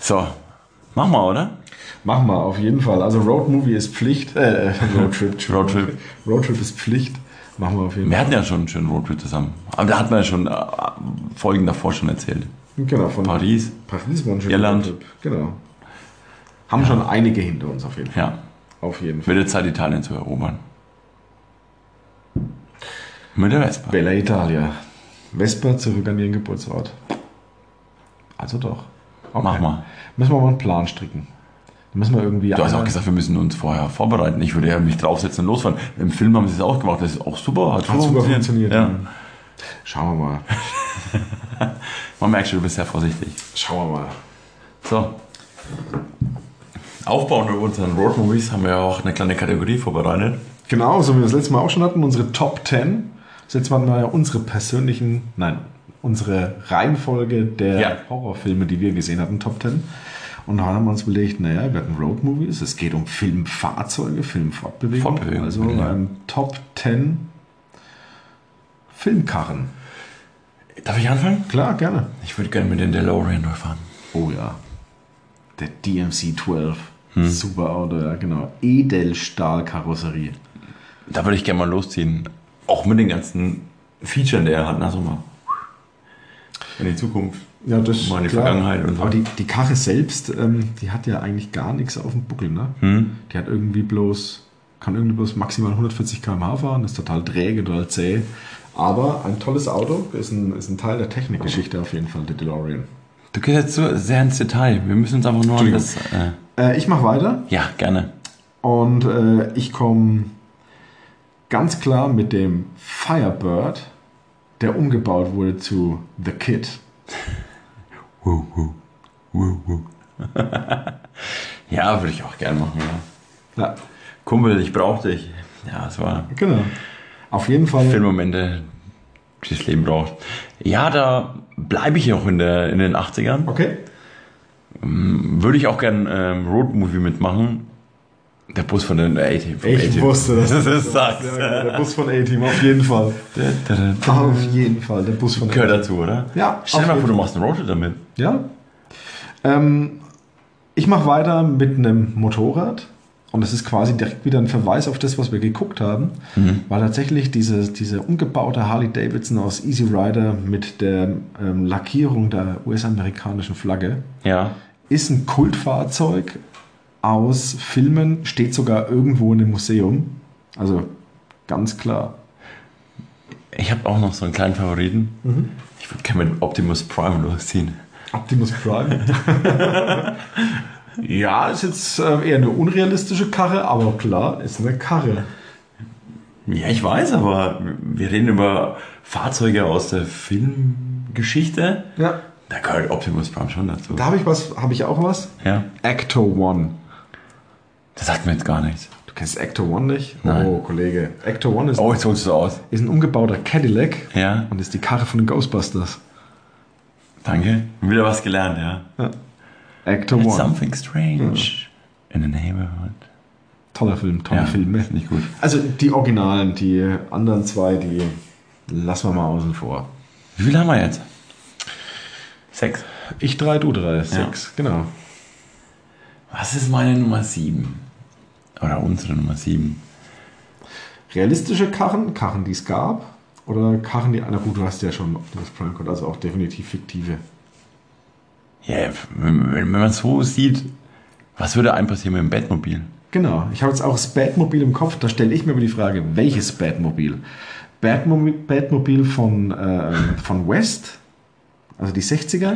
S2: So, machen wir, oder?
S1: Machen wir auf jeden Fall. Also Roadmovie ist Pflicht. Äh, Roadtrip.
S2: Roadtrip.
S1: Roadtrip ist Pflicht. Machen wir auf jeden
S2: Wir
S1: Fall.
S2: hatten ja schon einen schönen Roadtrip zusammen. Aber da hat man ja schon äh, Folgen davor schon erzählt.
S1: Genau, von
S2: Paris.
S1: Paris war ein schöner
S2: Irland.
S1: Tipp. Genau. Haben schon einige hinter uns auf jeden Fall.
S2: Ja.
S1: Auf jeden Fall.
S2: Wird Zeit, Italien zu erobern. Mit der Vespa.
S1: Bella Italia. Vespa zurück an ihren Geburtsort. Also doch. Okay.
S2: Mach mal.
S1: Müssen wir mal einen Plan stricken. Da müssen wir irgendwie.
S2: Du hast auch gesagt, wir müssen uns vorher vorbereiten. Ich würde ja mich draufsetzen und losfahren. Im Film haben sie es auch gemacht. Das ist auch super. Hat,
S1: super funktioniert.
S2: Ja.
S1: Schauen wir mal.
S2: Man merkt schon, du bist sehr vorsichtig.
S1: Schauen wir mal.
S2: So. Aufbauend auf unseren Road Movies haben wir auch eine kleine Kategorie vorbereitet.
S1: Genau, so wie wir das letzte Mal auch schon hatten, unsere Top 10. Das letzte Mal hatten wir ja unsere persönlichen, nein, unsere Reihenfolge der
S2: Ja.
S1: Horrorfilme, die wir gesehen hatten, Top 10. Und dann haben wir uns überlegt, naja, wir hatten Road Movies, es geht um Filmfahrzeuge, Filmfortbewegung.
S2: Fortbewegung,
S1: also
S2: ja.
S1: ähm, Top 10 Filmkarren.
S2: Darf ich anfangen?
S1: Klar, gerne.
S2: Ich würde gerne mit dem DeLorean durchfahren.
S1: Oh ja. Der DMC-12.
S2: Hm.
S1: Super Auto, ja genau. Edelstahlkarosserie.
S2: Da würde ich gerne mal losziehen. Auch mit den ganzen Features, die er hat. Na, so mal. In die Zukunft.
S1: Ja, das
S2: Mal in die Vergangenheit und so.
S1: Aber die, die Karre selbst, ähm, die hat ja eigentlich gar nichts auf dem Buckel, ne?
S2: Hm.
S1: Die hat irgendwie bloß, kann irgendwie bloß maximal 140 km/h fahren, ist total träge, total zäh. Aber ein tolles Auto, ist ein, ist ein Teil der Technikgeschichte auf jeden Fall, der DeLorean.
S2: Du gehst jetzt so sehr ins Detail. Wir müssen uns einfach nur an das. Äh,
S1: Äh, ich mache weiter
S2: ja, gerne.
S1: und äh, ich komme ganz klar mit dem Firebird, der umgebaut wurde zu The Kid.
S2: Ja, würde ich auch gerne machen. Ja.
S1: Ja,
S2: Kumpel, ich brauch dich. Ja, es war
S1: genau. Auf jeden Fall.
S2: Filmmomente, die das Leben braucht. Ja, da bleibe ich auch in, der, in den 80ern.
S1: Okay.
S2: Würde ich auch gerne ähm, Roadmovie mitmachen. Der Bus von den A-Team. vom
S1: Ich
S2: A-Team.
S1: wusste, dass
S2: das
S1: du
S2: ist sagst.
S1: Ja, genau, der Bus von A-Team, auf jeden Fall. Auf jeden Fall, der Bus von
S2: Gehört
S1: A-Team.
S2: dazu, oder?
S1: Ja,
S2: Stell
S1: auf
S2: dir mal vor,
S1: jeden
S2: du machst einen Roadtrip damit.
S1: Ja. Ähm, ich mache weiter mit einem Motorrad. Und das ist quasi direkt wieder ein Verweis auf das, was wir geguckt haben.
S2: Mhm.
S1: Weil tatsächlich diese, diese umgebaute Harley Davidson aus Easy Rider mit der ähm, Lackierung der US-amerikanischen Flagge
S2: Ja.
S1: ist ein Kultfahrzeug aus Filmen, steht sogar irgendwo in einem Museum. Also ganz klar.
S2: Ich habe auch noch so einen kleinen Favoriten.
S1: Mhm.
S2: Ich würde gerne mit Optimus Prime losziehen.
S1: Optimus Prime. ja, ist jetzt äh, eher eine unrealistische Karre, aber klar, ist eine Karre.
S2: Ja, ich weiß, aber wir reden über Fahrzeuge aus der Filmgeschichte.
S1: Ja.
S2: Da gehört Optimus Prime schon dazu.
S1: Da habe ich was, habe ich auch was?
S2: ja.
S1: Actor One.
S2: Das sagt mir jetzt gar nichts.
S1: Du kennst Actor One nicht?
S2: Nein.
S1: Oh, Kollege. Actor One ist,
S2: Oh, jetzt holst du aus.
S1: ist ein umgebauter Cadillac
S2: Ja.
S1: und ist die Karre von den Ghostbusters.
S2: Danke. Wieder was gelernt, ja.
S1: Actor
S2: It's
S1: One.
S2: something strange in the neighborhood.
S1: Toller Film, tolle Filme.
S2: Ist nicht gut.
S1: Also die Originalen, die anderen zwei, die lassen wir mal außen vor.
S2: Wie viel haben wir jetzt? Sechs.
S1: Ich drei, du drei, sechs, genau.
S2: Was ist meine Nummer sieben? Oder unsere Nummer sieben?
S1: realistische Karren, Karren, die es gab, oder Karren, die einer gut, du hast ja schon Optimus Prime Code, also auch definitiv fiktive.
S2: Ja, wenn, wenn man so sieht, was würde einem passieren mit dem Bettmobil?
S1: Genau, ich habe jetzt auch das Batmobil im Kopf, da stelle ich mir aber die Frage, welches Batmobil? Batmobil, Batmobil von, äh, von West, also die 60er,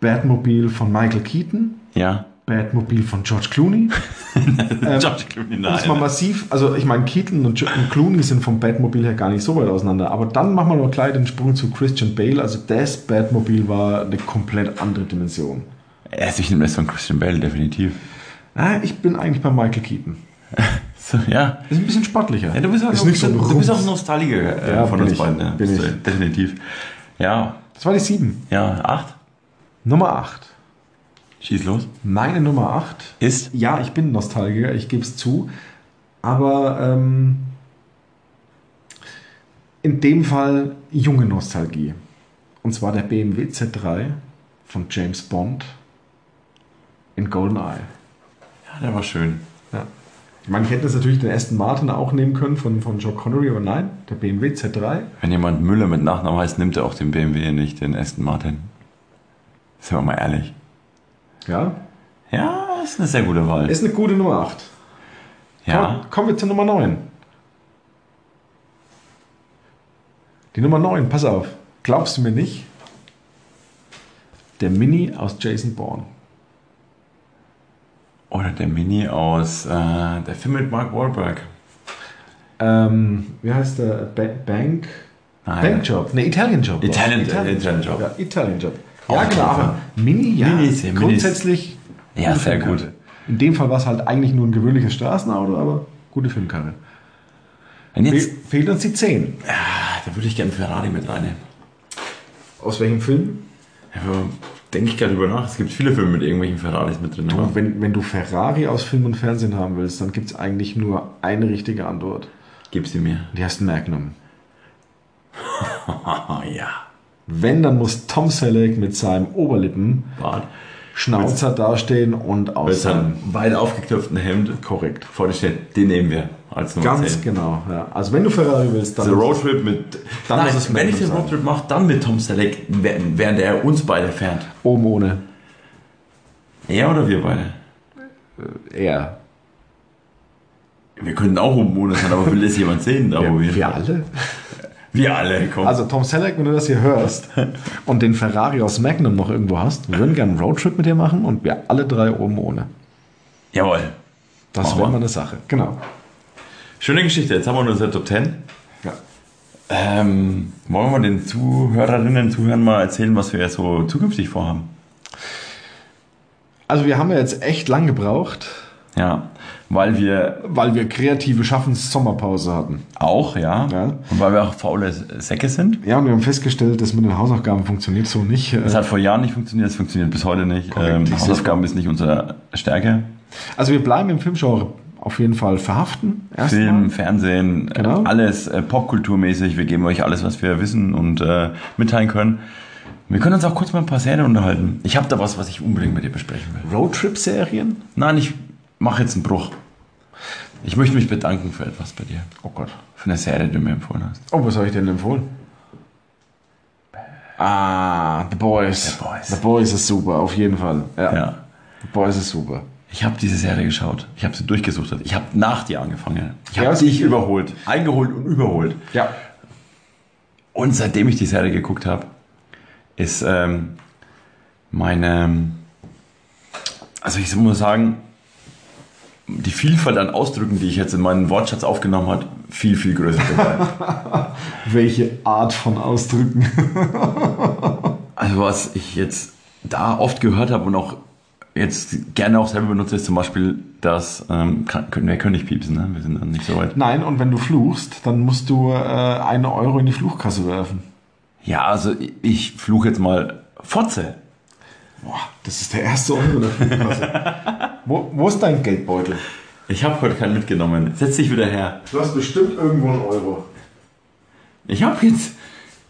S1: Batmobil von Michael Keaton,
S2: Ja.
S1: Batmobil von George Clooney. Ähm,
S2: George Clooney,
S1: Und zwar
S2: nein.
S1: massiv, also ich meine, Keaton und Jo- und Clooney sind vom Batmobil her gar nicht so weit auseinander. Aber dann machen wir noch gleich den Sprung zu Christian Bale. Also das Batmobil war eine komplett andere Dimension.
S2: Also ich nehme das von Christian Bale, definitiv.
S1: Na, Ah, ich bin eigentlich bei Michael Keaton.
S2: So, ja.
S1: Ist ein bisschen sportlicher.
S2: Ja, du bist auch,
S1: ist
S2: noch,
S1: nicht so ein
S2: du bist auch ein
S1: Rumpf.
S2: Nostalgiker äh,
S1: Ja,
S2: von
S1: bin
S2: uns
S1: ich,
S2: beiden. Ja,
S1: bin
S2: bist
S1: ich.
S2: du Definitiv. Ja,
S1: Das war die 7.
S2: ja, acht.
S1: Nummer 8.
S2: Schieß los.
S1: Meine Nummer 8.
S2: Ist.
S1: Ja, ich bin Nostalgiker, ich gebe es zu. Aber ähm, in dem Fall junge Nostalgie. Und zwar der BMW Z3 von James Bond in GoldenEye.
S2: Ja, der war schön.
S1: Ja. Man hätte jetzt natürlich den Aston Martin auch nehmen können von, von Joe Connery, aber nein, der BMW Z3.
S2: Wenn jemand Müller mit Nachnamen heißt, nimmt er auch den BMW, nicht den Aston Martin. Sind wir mal ehrlich.
S1: Ja?
S2: Ja, ist eine sehr gute Wahl.
S1: Ist eine gute Nummer 8.
S2: ja.
S1: Komm, kommen wir zur Nummer 9. Die Nummer 9, pass auf. Glaubst du mir nicht? Der Mini aus Jason Bourne.
S2: Oder der Mini aus äh, der Film mit Mark Wahlberg.
S1: Ähm, wie heißt der? Ba Bank?
S2: Nein.
S1: Bankjob. Ne, Italian Job.
S2: Italian-
S1: Italian,
S2: Italian Job.
S1: Ja, Italian Job.
S2: Auch
S1: Ja, genau.
S2: gut,
S1: Aber
S2: ja.
S1: Mini, ja.
S2: Mini ist ja- Mini ist-
S1: grundsätzlich.
S2: Ja,
S1: gute
S2: sehr
S1: Filmkarre.
S2: gut.
S1: In dem Fall war es halt eigentlich nur ein gewöhnliches Straßenauto, aber gute Filmkarre.
S2: Wenn
S1: Fe
S2: jetzt,
S1: fehlt uns die 10.
S2: ah, da würde ich gerne Ferrari mit reinnehmen.
S1: Aus welchem Film?
S2: Ja, Denke ich gerade drüber nach. Es gibt viele Filme mit irgendwelchen Ferraris mit drin. aber-
S1: Und Ne? wenn, wenn du Ferrari aus Film und Fernsehen haben willst, dann gibt es eigentlich nur eine richtige Antwort.
S2: Gib sie mir.
S1: Die heißt Magnum.
S2: Oh, ja.
S1: Wenn, dann muss Tom Selleck mit seinem Oberlippen
S2: Bart.
S1: Schnauzer dastehen und
S2: Mit
S1: aussehen.
S2: seinem weit aufgeknöpften Hemd.
S1: Korrekt.
S2: Vorne steht, den nehmen wir als Nummer
S1: Ganz
S2: 10.
S1: genau. Ja. Also wenn du Ferrari willst, dann
S2: The Roadtrip mit.
S1: Dann muss es
S2: wenn
S1: Magnum
S2: ich den
S1: sein.
S2: Roadtrip mache, dann mit Tom Selleck, während während er uns beide fährt.
S1: oben ohne.
S2: Er oder wir beide?
S1: Er.
S2: Wir könnten auch oben ohne sein, aber will das jemand sehen? Da wo wir,
S1: Wir alle.
S2: wir alle, komm.
S1: Also Tom Selleck, wenn du das hier hörst und den Ferrari aus Magnum noch irgendwo hast, wir würden gerne einen Roadtrip mit dir machen und wir alle drei oben ohne.
S2: Jawohl.
S1: Das
S2: Machen
S1: wäre
S2: wir.
S1: mal eine Sache. Genau.
S2: Schöne Geschichte. Jetzt haben wir unsere Top 10.
S1: Ja.
S2: Ähm, wollen wir den Zuhörerinnen und Zuhörern mal erzählen, was wir so zukünftig vorhaben?
S1: Also wir haben ja jetzt echt lang gebraucht,
S2: Ja, weil wir
S1: weil wir kreative Schaffens-Sommerpause hatten.
S2: auch, ja,
S1: Ja.
S2: und weil wir auch faule Säcke sind.
S1: Ja, und wir haben festgestellt, das mit den Hausaufgaben funktioniert so nicht. Äh,
S2: Das hat vor Jahren nicht funktioniert, es funktioniert bis heute nicht.
S1: Korrekt.
S2: Ähm,
S1: Ich seh's
S2: Hausaufgaben ist nicht unsere Stärke.
S1: Also wir bleiben im Filmgenre auf jeden Fall verhaften. erstmal.
S2: Film, Fernsehen, äh,
S1: Genau.
S2: alles äh, popkulturmäßig. Wir geben euch alles, was wir wissen und äh, mitteilen können. Wir können uns auch kurz mal ein paar Serien unterhalten. Ich habe da was, was ich unbedingt mit dir besprechen will.
S1: Roadtrip-Serien?
S2: Nein, ich mache jetzt einen Bruch. Ich möchte mich bedanken für etwas bei dir.
S1: Oh Gott.
S2: Für eine Serie, die du mir empfohlen hast.
S1: Oh, was habe ich denn empfohlen? Ah, The Boys.
S2: The Boys.
S1: The Boys ist super, auf jeden Fall. Ja.
S2: Ja.
S1: The Boys ist super.
S2: Ich habe diese Serie geschaut. Ich habe sie durchgesucht. Ich habe nach dir angefangen. Ich
S1: Ja,
S2: habe
S1: ist
S2: dich
S1: richtig.
S2: überholt. Eingeholt und überholt.
S1: Ja.
S2: Und seitdem ich die Serie geguckt habe, ist ähm, meine. Also ich muss sagen, die Vielfalt an Ausdrücken, die ich jetzt in meinen Wortschatz aufgenommen habe, viel, viel größer geworden.
S1: Welche Art von Ausdrücken?
S2: Also was ich jetzt da oft gehört habe und auch jetzt gerne auch selber benutze, ist zum Beispiel das, ähm, kann, können, wir können nicht piepsen, ne? wir sind dann nicht so weit.
S1: Nein, und wenn du fluchst, dann musst du äh, einen Euro in die Fluchkasse werfen.
S2: Ja, also ich, ich fluche jetzt mal Fotze.
S1: Boah, das ist der erste Euro in der Fluchkasse. wo, wo ist dein Geldbeutel?
S2: Ich habe heute keinen mitgenommen. Setz dich wieder her.
S1: Du hast bestimmt irgendwo einen Euro.
S2: Ich habe jetzt,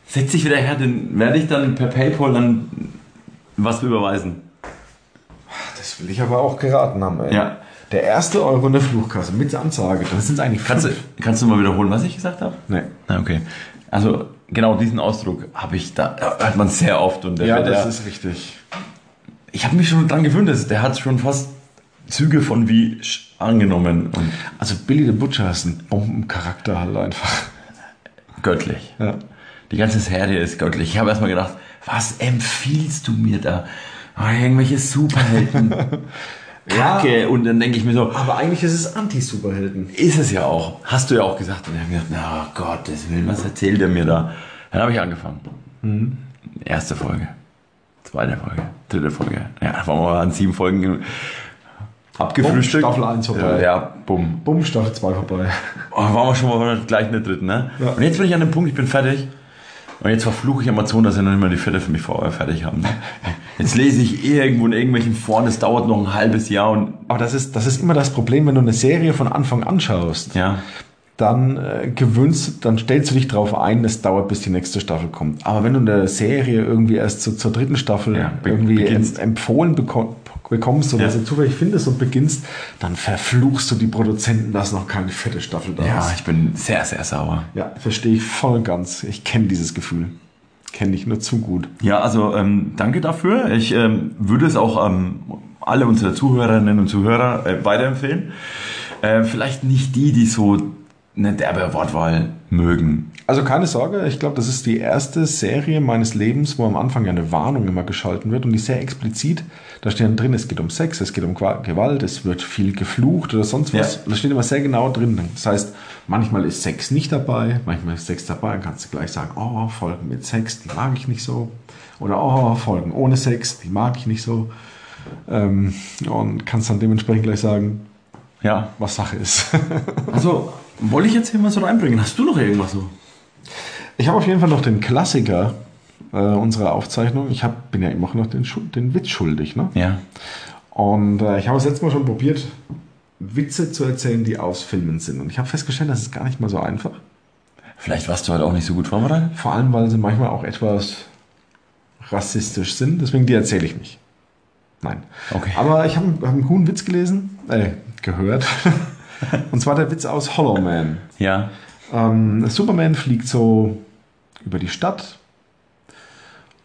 S2: setz dich wieder her, dann werde ich dann per Paypal dann was überweisen.
S1: Das will ich aber auch geraten haben, ey.
S2: Ja.
S1: Der erste Euro in der Fluchkasse mit Ansage. Das sind eigentlich
S2: Kannst du, kannst du mal wiederholen, was ich gesagt habe?
S1: Nee.
S2: Na, okay. Also genau diesen Ausdruck habe ich da, hört man sehr oft. Und der
S1: Ja,
S2: wird
S1: das
S2: ja-
S1: ist richtig.
S2: ich habe mich schon dran gewöhnt, dass der hat schon fast Züge von wie Sch- angenommen und
S1: Also Billy the Butcher ist ein Bombencharakter halt einfach.
S2: göttlich.
S1: Ja.
S2: Die ganze Serie ist göttlich. Ich habe erstmal gedacht, was empfiehlst du mir da? Ah, irgendwelche Superhelden. Kacke. Und dann denke ich mir so,
S1: Aber eigentlich ist es Anti-Superhelden.
S2: ist es ja auch. Hast du ja auch gesagt. Und ich habe gedacht, na Gottes Willen, was erzählt er mir da? Dann habe ich angefangen.
S1: Mhm.
S2: Erste Folge, zweite Folge, dritte Folge. Ja, da waren wir an sieben Folgen abgefrühstückt.
S1: Bumm, Staffel eins vorbei.
S2: Ja, ja bumm.
S1: Bumm, Staffel 2 vorbei.
S2: Oh, waren wir schon mal gleich in der dritten, ne?
S1: Ja.
S2: Und jetzt bin ich an dem Punkt, ich bin fertig. Und jetzt verfluche ich Amazon, dass sie noch nicht mal die vierte für mich vorher fertig haben. Ne? Jetzt lese ich irgendwo in irgendwelchen Foren, es dauert noch ein halbes Jahr und
S1: Aber das ist, das ist immer das Problem, wenn du eine Serie von Anfang an schaust,
S2: ja.
S1: dann äh, gewöhnst, dann stellst du dich drauf ein, es dauert, bis die nächste Staffel kommt. Aber wenn du eine Serie irgendwie erst so zur dritten Staffel
S2: Ja, be-
S1: irgendwie
S2: beginnst.
S1: em- empfohlen beko bekommst oder
S2: Ja.
S1: so zufällig findest und beginnst, dann verfluchst du die Produzenten, dass noch keine vierte Staffel da
S2: Ja,
S1: ist.
S2: ich bin sehr, sehr sauer.
S1: Ja, verstehe ich voll und ganz. Ich kenne dieses Gefühl. kenne ich nur zu gut.
S2: Ja, also ähm, danke dafür. Ich ähm, würde es auch ähm, alle unsere Zuhörerinnen und Zuhörer äh, weiterempfehlen. Äh, vielleicht nicht die, die so eine derbe Wortwahl mögen.
S1: Also keine Sorge, ich glaube, das ist die erste Serie meines Lebens, wo am Anfang ja eine Warnung immer geschalten wird und die ist sehr explizit. Da steht dann drin, es geht um Sex, es geht um Qua- Gewalt, es wird viel geflucht oder sonst was.
S2: Ja.
S1: Das steht immer sehr genau drin. Das heißt, manchmal ist Sex nicht dabei, manchmal ist Sex dabei, dann kannst du gleich sagen, oh, Folgen mit Sex, die mag ich nicht so. Oder oh, Folgen ohne Sex, die mag ich nicht so. Ähm, und kannst dann dementsprechend gleich sagen,
S2: Ja.
S1: was Sache ist.
S2: Also, wollte ich jetzt hier mal so reinbringen? Hast du noch irgendwas so?
S1: Ich habe auf jeden Fall noch den Klassiker äh, unserer Aufzeichnung. Ich hab, bin ja immer noch den, Schu- den Witz schuldig. Ne?
S2: Ja.
S1: Und äh, ich habe es letztes Mal schon probiert, Witze zu erzählen, die aus Filmen sind. Und ich habe festgestellt, das ist gar nicht mal so einfach.
S2: Vielleicht warst du heute auch nicht so gut vorbereitet.
S1: Vor allem, weil sie manchmal auch etwas rassistisch sind. Deswegen, die erzähle ich nicht. Nein.
S2: Okay.
S1: Aber ich habe einen, hab einen coolen Witz gelesen, äh, gehört. Und zwar der Witz aus Hollow Man.
S2: Ja.
S1: Ähm, Superman fliegt so über die Stadt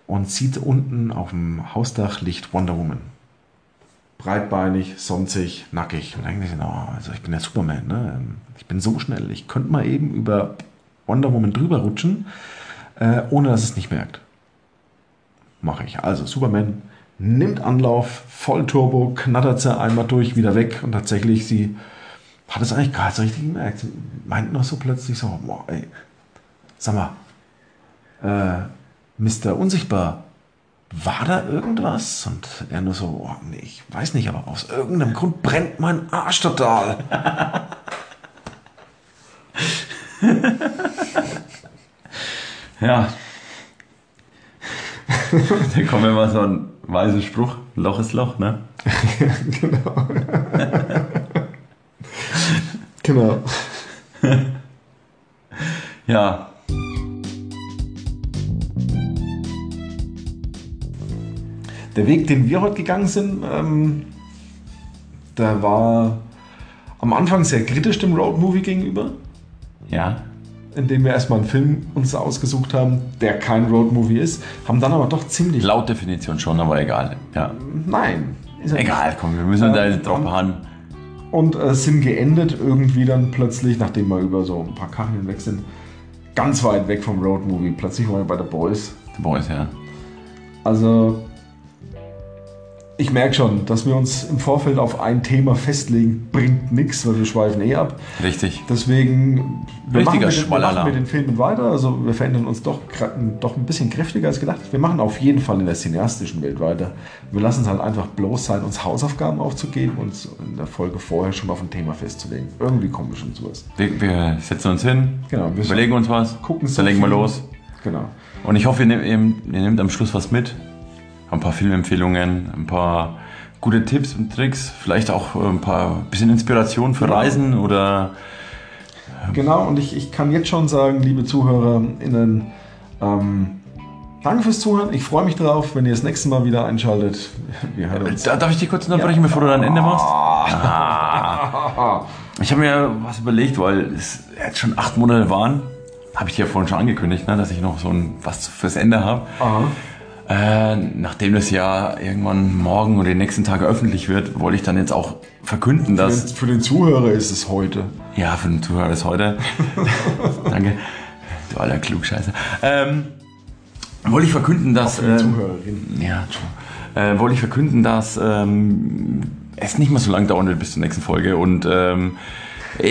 S1: und sieht unten auf dem Hausdach liegt Wonder Woman. Breitbeinig, sonzig, nackig. Und denkt sich, oh, also ich bin der Superman, ne? Ähm, Ich bin so schnell, ich könnte mal eben über Wonder Woman drüber rutschen, äh, ohne dass es nicht merkt. Mache ich. Also Superman nimmt Anlauf, Vollturbo, knattert sie einmal durch, wieder weg und tatsächlich sie hat es eigentlich gar nicht so richtig gemerkt. Sie Meint noch so plötzlich so, boah, ey, sag mal, äh, Mr. Unsichtbar, war da irgendwas? Und er nur so, boah, nee, ich weiß nicht, aber aus irgendeinem Grund brennt mein Arsch total.
S2: Ja. da kommt immer so ein weiser Spruch: Loch ist Loch, ne?
S1: Genau.
S2: Ja.
S1: Der Weg, den wir heute gegangen sind, ähm, der war am Anfang sehr kritisch dem Roadmovie gegenüber.
S2: Ja.
S1: indem wir erstmal einen Film uns ausgesucht haben, der kein Roadmovie ist, haben dann aber doch ziemlich.
S2: Laut Definition schon, aber egal. Ja.
S1: Nein. Ist er
S2: Egal, komm, wir müssen da
S1: Ähm,
S2: jetzt drauf beharren.
S1: nicht. Und äh, sind geendet irgendwie dann plötzlich, nachdem wir über so ein paar Kacheln hinweg sind, ganz weit weg vom Roadmovie. Plötzlich waren wir bei The Boys.
S2: The Boys, ja.
S1: Also. Ich merke schon, dass wir uns im Vorfeld auf ein Thema festlegen, bringt nichts, weil wir schweifen eh ab.
S2: Richtig.
S1: Deswegen wir machen,
S2: Richtiger
S1: wir den, wir
S2: Schwallala.
S1: machen wir den Filmen weiter. Also wir verändern uns doch, gra- doch ein bisschen kräftiger als gedacht. Wir machen auf jeden Fall in der cineastischen Welt weiter. Wir lassen es halt einfach bloß sein, uns Hausaufgaben aufzugeben und uns in der Folge vorher schon auf ein Thema festzulegen. Irgendwie kommen wir schon zu was.
S2: Wir, wir setzen uns hin,
S1: Genau, wir-
S2: überlegen uns was,
S1: gucken so
S2: dann legen wir
S1: viel.
S2: los.
S1: Genau.
S2: Und ich hoffe, ihr nehmt, ihr, ihr nehmt am Schluss was mit. Ein paar Filmempfehlungen, ein paar gute Tipps und Tricks, vielleicht auch ein paar bisschen Inspiration für Reisen oder
S1: Genau, und ich, ich kann jetzt schon sagen, liebe ZuhörerInnen, ähm, danke fürs Zuhören. Ich freue mich drauf, wenn ihr das nächste Mal wieder einschaltet. Wir hören uns.
S2: Da, darf ich dich kurz unterbrechen, bevor du dein Ende machst? Ah. Ich habe mir was überlegt, weil es jetzt schon acht Monate waren. Habe ich dir ja vorhin schon angekündigt, ne, dass ich noch so ein was fürs Ende habe.
S1: Aha.
S2: Äh, nachdem das ja irgendwann morgen oder die nächsten Tage öffentlich wird, wollte ich dann jetzt auch verkünden, dass
S1: Für den Zuhörer ist es heute.
S2: ja, für den Zuhörer ist heute. Danke. Du alter Klugscheißer. Ähm, wollte ich verkünden, dass.
S1: Für die
S2: äh,
S1: Zuhörerin.
S2: ja, Entschuldigung. äh, wollte ich verkünden, dass ähm, es nicht mehr so lange dauern wird bis zur nächsten Folge. Und ähm,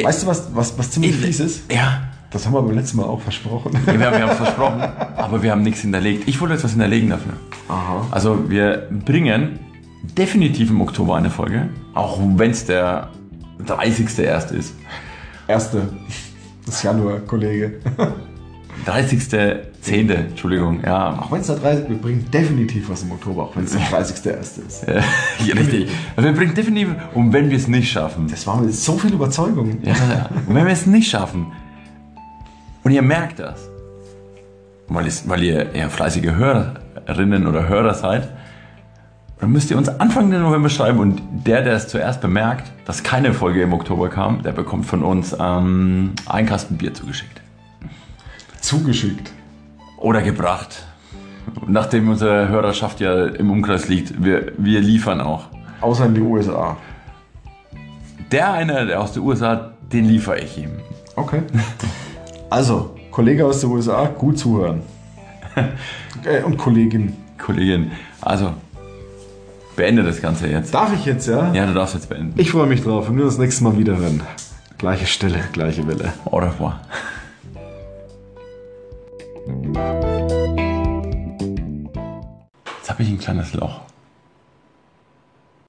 S1: Weißt du, was, was, was ziemlich fies ist?
S2: ja,
S1: Das haben wir beim letzten Mal auch versprochen.
S2: wir, wir haben es versprochen, aber wir haben nichts hinterlegt. Ich wollte jetzt was hinterlegen dafür.
S1: Aha.
S2: Also wir bringen definitiv im Oktober eine Folge, auch wenn es der 30. erst ist.
S1: Erste. Das ist Januar, Kollege.
S2: 30.10. Entschuldigung, ja.
S1: Auch wenn es der 30. Wir bringen definitiv was im Oktober, auch wenn es der 30. erste ist.
S2: Äh, ja, richtig. Also wir bringen definitiv, und wenn wir es nicht schaffen.
S1: Das war mit so viel Überzeugung.
S2: Ja, ja. und wenn wir es nicht schaffen, und ihr merkt das, weil, es, weil ihr eher fleißige Hörerinnen oder Hörer seid, dann müsst ihr uns Anfang der November schreiben und der, der es zuerst bemerkt, dass keine Folge im Oktober kam, der bekommt von uns ähm, einen Kasten Bier zugeschickt.
S1: Zugeschickt.
S2: Oder gebracht. Nachdem unsere Hörerschaft ja im Umkreis liegt, wir, wir liefern auch.
S1: Außer in die USA.
S2: Der eine der aus den USA, den liefere ich ihm.
S1: Okay. Also, Kollege aus den USA, gut zuhören. Äh, Und Kollegin.
S2: Kollegin, also beende das Ganze jetzt.
S1: Darf ich jetzt, ja?
S2: Ja, du darfst jetzt beenden.
S1: Ich freue mich drauf, wenn wir uns das nächste Mal wiederhören. Gleiche Stelle, gleiche Welle.
S2: Au revoir. Jetzt habe ich ein kleines Loch.